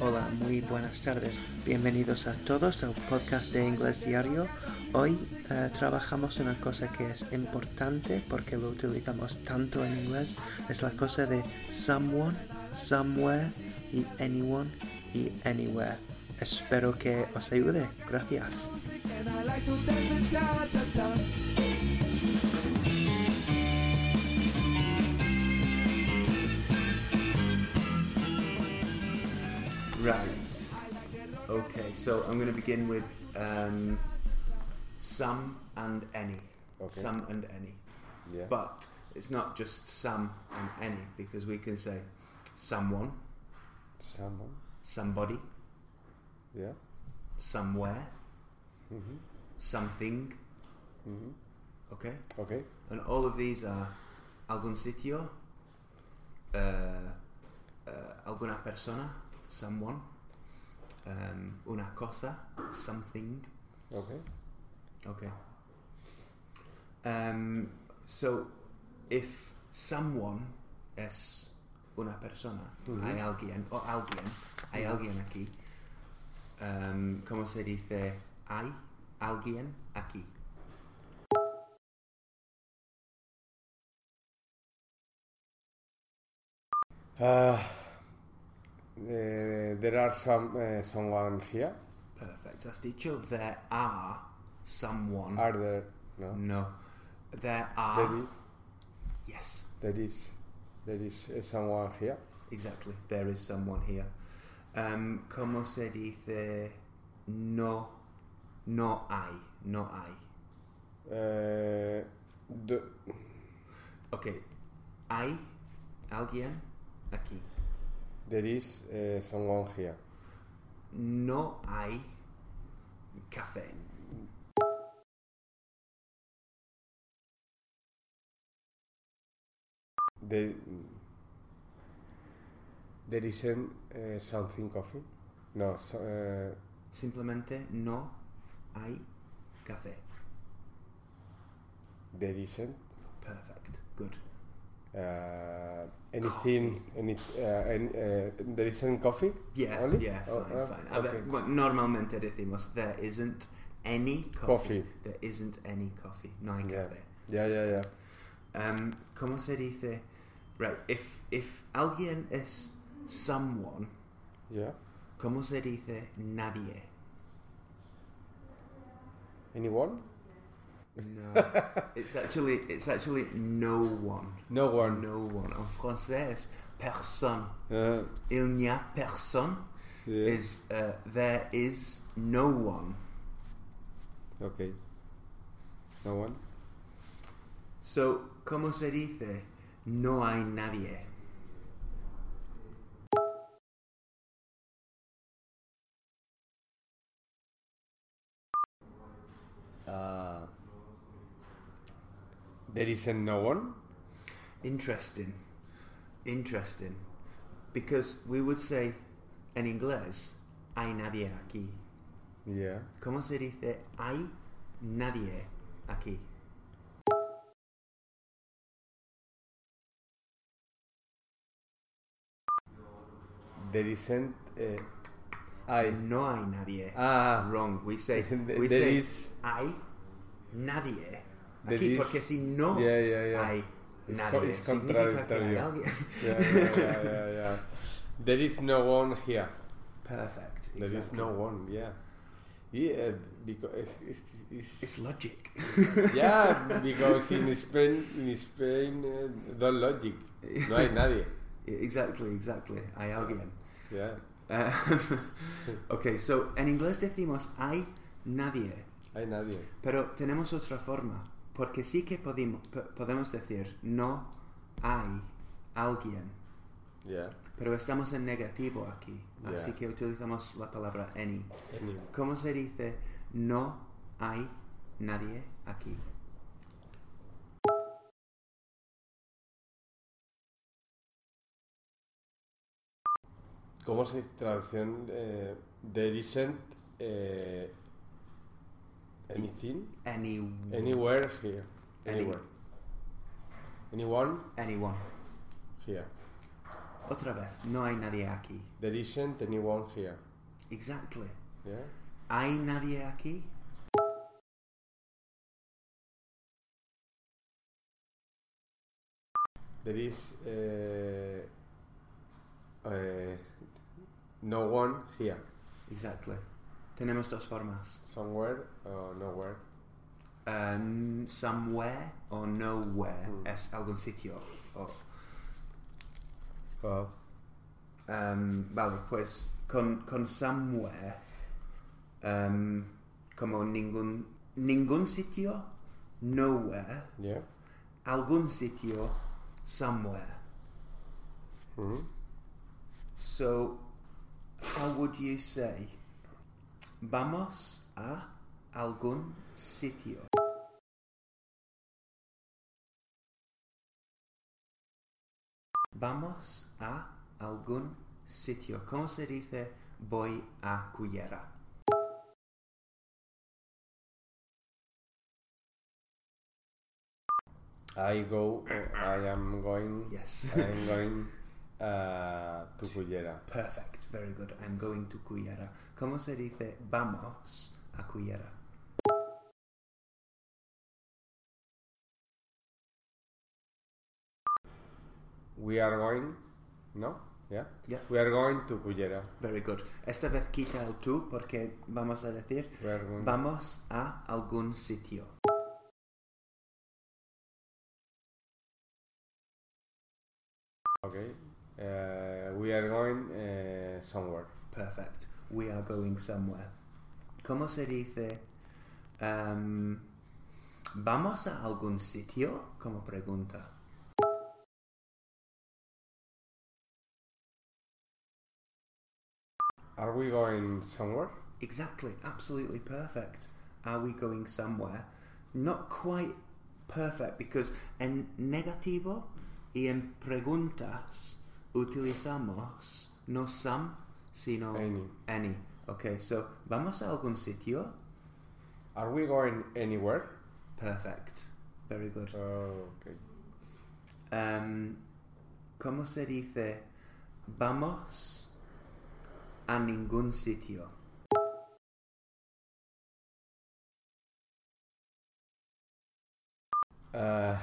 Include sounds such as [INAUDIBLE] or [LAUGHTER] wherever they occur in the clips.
Hola, muy buenas tardes. Bienvenidos a todos al podcast de Inglés Diario. Hoy eh, trabajamos una cosa que es importante porque lo utilizamos tanto en inglés. Es la cosa de someone, somewhere y anyone y anywhere. Espero que os ayude. Gracias. And I like to dance the cha-cha-cha. Right. Okay, so I'm going to begin with um, some and any. Okay. Some and any. Yeah. But it's not just some and any because we can say someone, Someone. somebody, Yeah. somewhere, Mm-hmm. something. Mm-hmm. Okay? Okay. And all of these are algún sitio, uh, uh, alguna persona, someone, um, una cosa, something. Okay. Okay. Um, so, if someone es una persona, hay alguien, o alguien, hay alguien aquí, um, ¿cómo se dice? Hay alguien aquí. Uh, eh, there are some uh, someone here. Perfect. Has dicho there are someone. Are there? No. no. There are. There is. Yes, There is. There is uh, someone here. exactly. There is someone here. Um, ¿Cómo se dice? No. No hay. No hay. Uh, the, Ok. Hay alguien aquí. there is uh, someone here. No hay café. There. There isn't uh, something coffee. No. So, uh, Simplemente no hay café. there isn't Perfect. Good. uh, anything. Any. Uh, any uh, there isn't coffee. Yeah, Only? yeah, fine, Oh, uh, fine. A ver, okay. bueno, normalmente decimos, there isn't any coffee. Coffee. There isn't any coffee. No hay Yeah. café. Yeah, yeah, yeah. Um, ¿Cómo se dice? Right, if, if alguien es someone, Yeah. ¿cómo se dice nadie? Anyone? No, [LAUGHS] [LAUGHS] it's actually it's actually no one. No one. No one. En français, it's personne. Uh, Il n'y a personne. Yeah. Is uh, there is no one. okay. No one. So, ¿cómo se dice? No hay nadie. Uh, there isn't no one. Interesting. Interesting. Because we would say en inglés, hay nadie aquí. Yeah. ¿Cómo se dice? Hay nadie aquí. There isn't. Uh, I. No hay nadie. Ah. wrong. We say [LAUGHS] There- we there say is- hay nadie There aquí is- porque si no Yeah, yeah, yeah. hay It's co- nadie it's significa que hay contradictorio. alguien. yeah, yeah, yeah, yeah, yeah. [LAUGHS] There is no one here. [LAUGHS] Perfect. There is exactly. no one. Yeah. Yeah, because it's, it's, It's logic. yeah, because in Spain, in Spain, uh, the logic. No hay nadie. E-, exactly, exactly. Hay alguien. Yeah. [LAUGHS] Uh, okay, so en inglés decimos hay nadie, Hay nadie. pero tenemos otra forma porque sí que podimo- po- podemos decir no hay alguien. Yeah. Pero estamos en negativo aquí, Yeah. así que utilizamos la palabra any. Any- ¿Cómo se dice no hay nadie aquí? ¿Cómo se traducción? Eh, there isn't eh, anything Any, anywhere here. Mm. Any- Anywhere. Anyone anyone. here. Otra vez, no hay nadie aquí. There isn't anyone here. Exactly. Yeah. ¿Hay nadie aquí? There is uh, uh, no one here. Exactly. Tenemos dos formas. Somewhere or nowhere. Um, somewhere o nowhere es algún sitio. o- Oh. Um, vale, pues con, con somewhere, um, como ningún, ningún sitio, nowhere, Yeah. algún sitio, somewhere. Mhm. So, how would you say, vamos a algún sitio? Vamos a algún sitio. ¿Cómo se dice voy a Cullera? I go. I am going. [LAUGHS] Yes. I am going uh, to Cullera. Perfect. Very good. I'm going to Cullera. ¿Cómo se dice vamos a Cullera? We are going. No. Yeah. Yeah. We are going to Cullera. Very good. Esta vez quita el tú porque vamos a decir We are going. Vamos a algún sitio. Okay. Uh, we are going uh, somewhere. Perfect. We are going somewhere. ¿Cómo se dice? em, ¿Vamos a algún sitio? Como pregunta. Are we going somewhere? Exactly. Absolutely perfect. Are we going somewhere? Not quite perfect because en negativo y en preguntas utilizamos no some sino Any. any. Okay, so vamos a algún sitio? Are we going anywhere? Perfect. Very good. Oh, okay. Em, ¿Cómo se dice? Vamos a ningún sitio. Uh,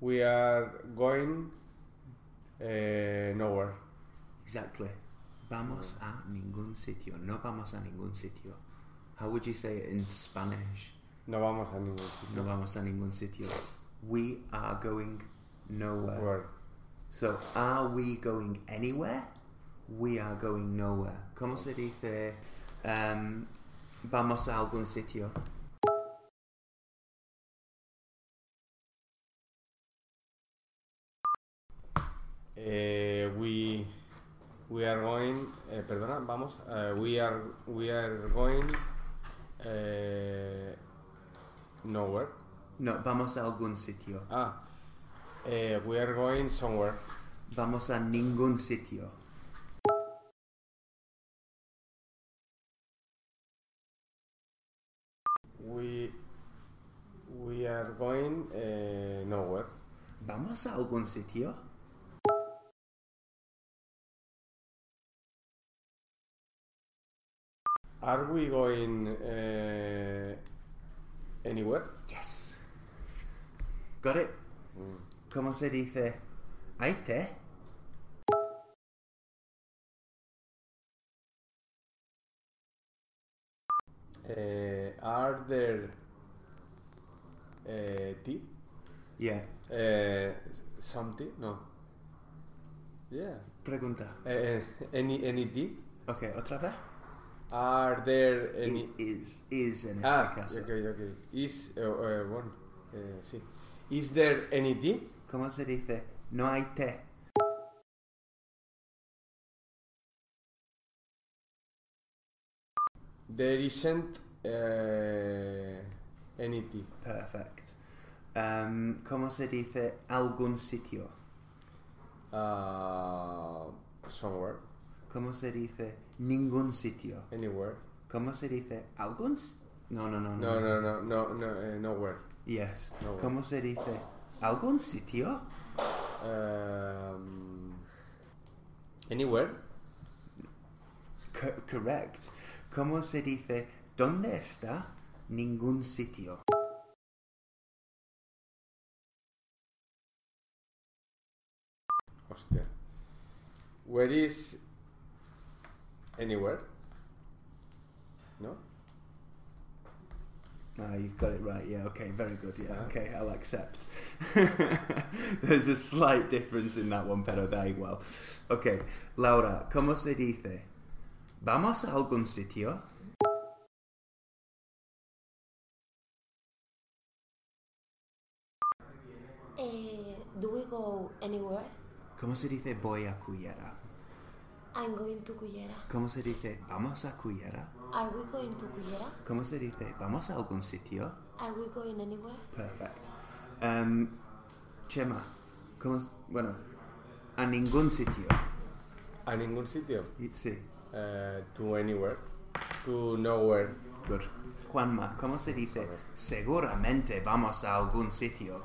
we are going uh, nowhere. Exactly. Vamos a ningún sitio. No vamos a ningún sitio. How would you say it in Spanish? No vamos a ningún No sitio. vamos a ningún sitio. We are going nowhere. Where? So, are we going anywhere? We are going nowhere. ¿Cómo se dice? em, vamos a algún sitio. Eh, we we are going. eh, perdona, vamos. eh, we are we are going eh, nowhere. No, vamos a algún sitio. Ah, eh, we are going somewhere. Vamos a ningún sitio. We we are going eh, nowhere. Vamos a algún sitio. Are we going eh, anywhere? Yes. Got it? ¿Cómo se dice? ¿Hay té? Eh, are there eh, tea? Yeah. Eh, some tea? No. Yeah. Pregunta. Eh, any any tea? Ok, otra vez. Are there any? I- Is, is en este ah, caso. okay, okay. Is eh, eh, one? Eh, sí. Is there any tea? ¿Cómo se dice? No hay té. There isn't eh, any tea. Perfect. Um, ¿Cómo se dice algún sitio? Uh, somewhere, ¿Cómo se dice ningún sitio? anywhere. ¿Cómo se dice algún? s- No, no, no, no. No, no, no, no, no, eh, nowhere. Yes. No. ¿Cómo se dice algún sitio? um, anywhere. Co- correct. ¿Cómo se dice dónde está ningún sitio? Hostia. Where is anywhere? No? Ah, you've got it right. Yeah. Okay. Very good. Yeah. Okay. I'll accept. [LAUGHS] There's a slight difference in that one, pero da igual. Okay, Laura, ¿cómo se dice? Vamos a algún sitio. Eh, do we go anywhere? ¿Cómo se dice voy a Cullera? I'm going to Cullera. ¿Cómo se dice vamos a Cullera? Are we going to Cullera? ¿Cómo se dice vamos a algún sitio? Are we going anywhere? Perfect. Um, Chema, ¿cómo? s- Bueno, a ningún sitio. A ningún sitio. Y- Sí. Uh, to anywhere. To nowhere. Good. Juanma, ¿cómo se dice? Seguramente vamos a algún sitio.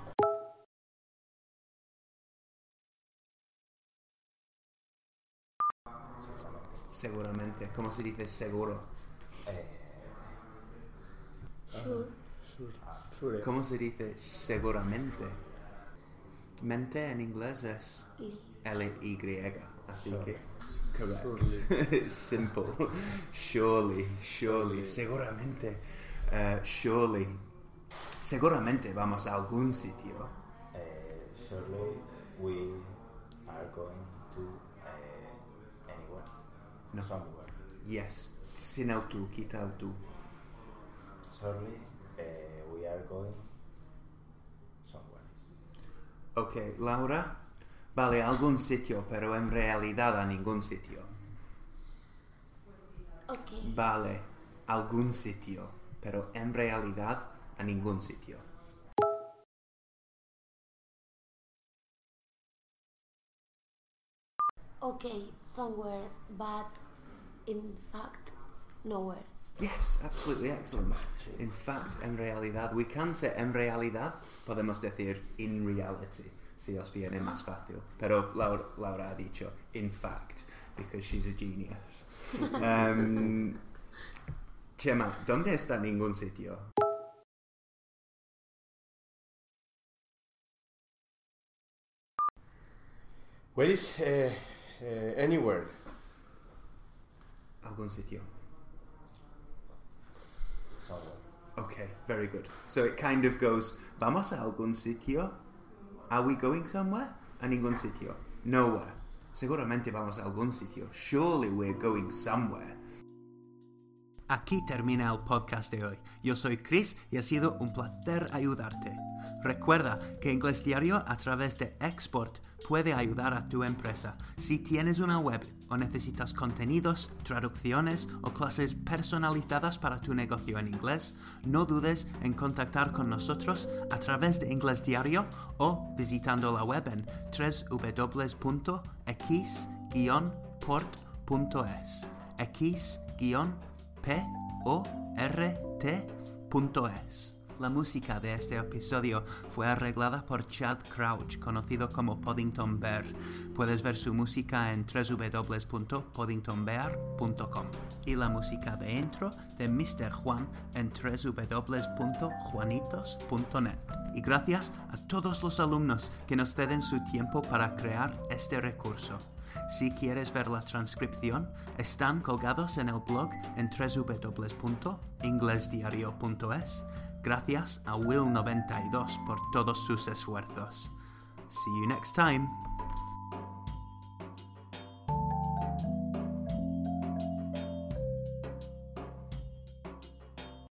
Seguramente. ¿Cómo se dice seguro? Sure. Sure. ¿Cómo se dice seguramente? Mente en inglés es Lee. L-Y. Así Sure. que. Correct. Surely. It's [LAUGHS] simple. Surely, surely, seguramente. Uh, surely. Seguramente vamos a algún sitio. Uh, surely we are going to uh, anywhere, No. somewhere. Yes. Sin el tú, quita el tú. Surely uh, we are going somewhere. Ok, Laura. Vale, algún sitio, pero en realidad a ningún sitio. Okay. Vale, algún sitio, pero en realidad a ningún sitio. Okay, somewhere, but in fact, nowhere. Yes, absolutely excellent. In fact, en realidad, we can say en realidad, podemos decir in reality, si os viene más fácil. Pero Laura, Laura ha dicho in fact, because she's a genius. Um, Chema, ¿dónde está ningún sitio? Where is uh, uh, anywhere? Algún sitio. Somewhere. Okay, very good. So it kind of goes, vamos a algún sitio? Are we going somewhere? A ningún sitio. Nowhere. Seguramente vamos a algún sitio. Surely we're going somewhere. Aquí termina el podcast de hoy. Yo soy Chris y ha sido un placer ayudarte. Recuerda que Inglés Diario a través de Export puede ayudar a tu empresa. Si tienes una web o necesitas contenidos, traducciones o clases personalizadas para tu negocio en inglés, no dudes en contactar con nosotros a través de Inglés Diario o visitando la web en www.x-port.es. X-port p-o-r-t.es. La música de este episodio fue arreglada por Chad Crouch, conocido como Poddington Bear. Puedes ver su música en www.poddingtonbear.com y la música de intro de Mr. Juan en www.juanitos.net. Y gracias a todos los alumnos que nos ceden su tiempo para crear este recurso. Si quieres ver la transcripción, están colgados en el blog en www.inglesdiario.es. Gracias a Will92 por todos sus esfuerzos. See you next time.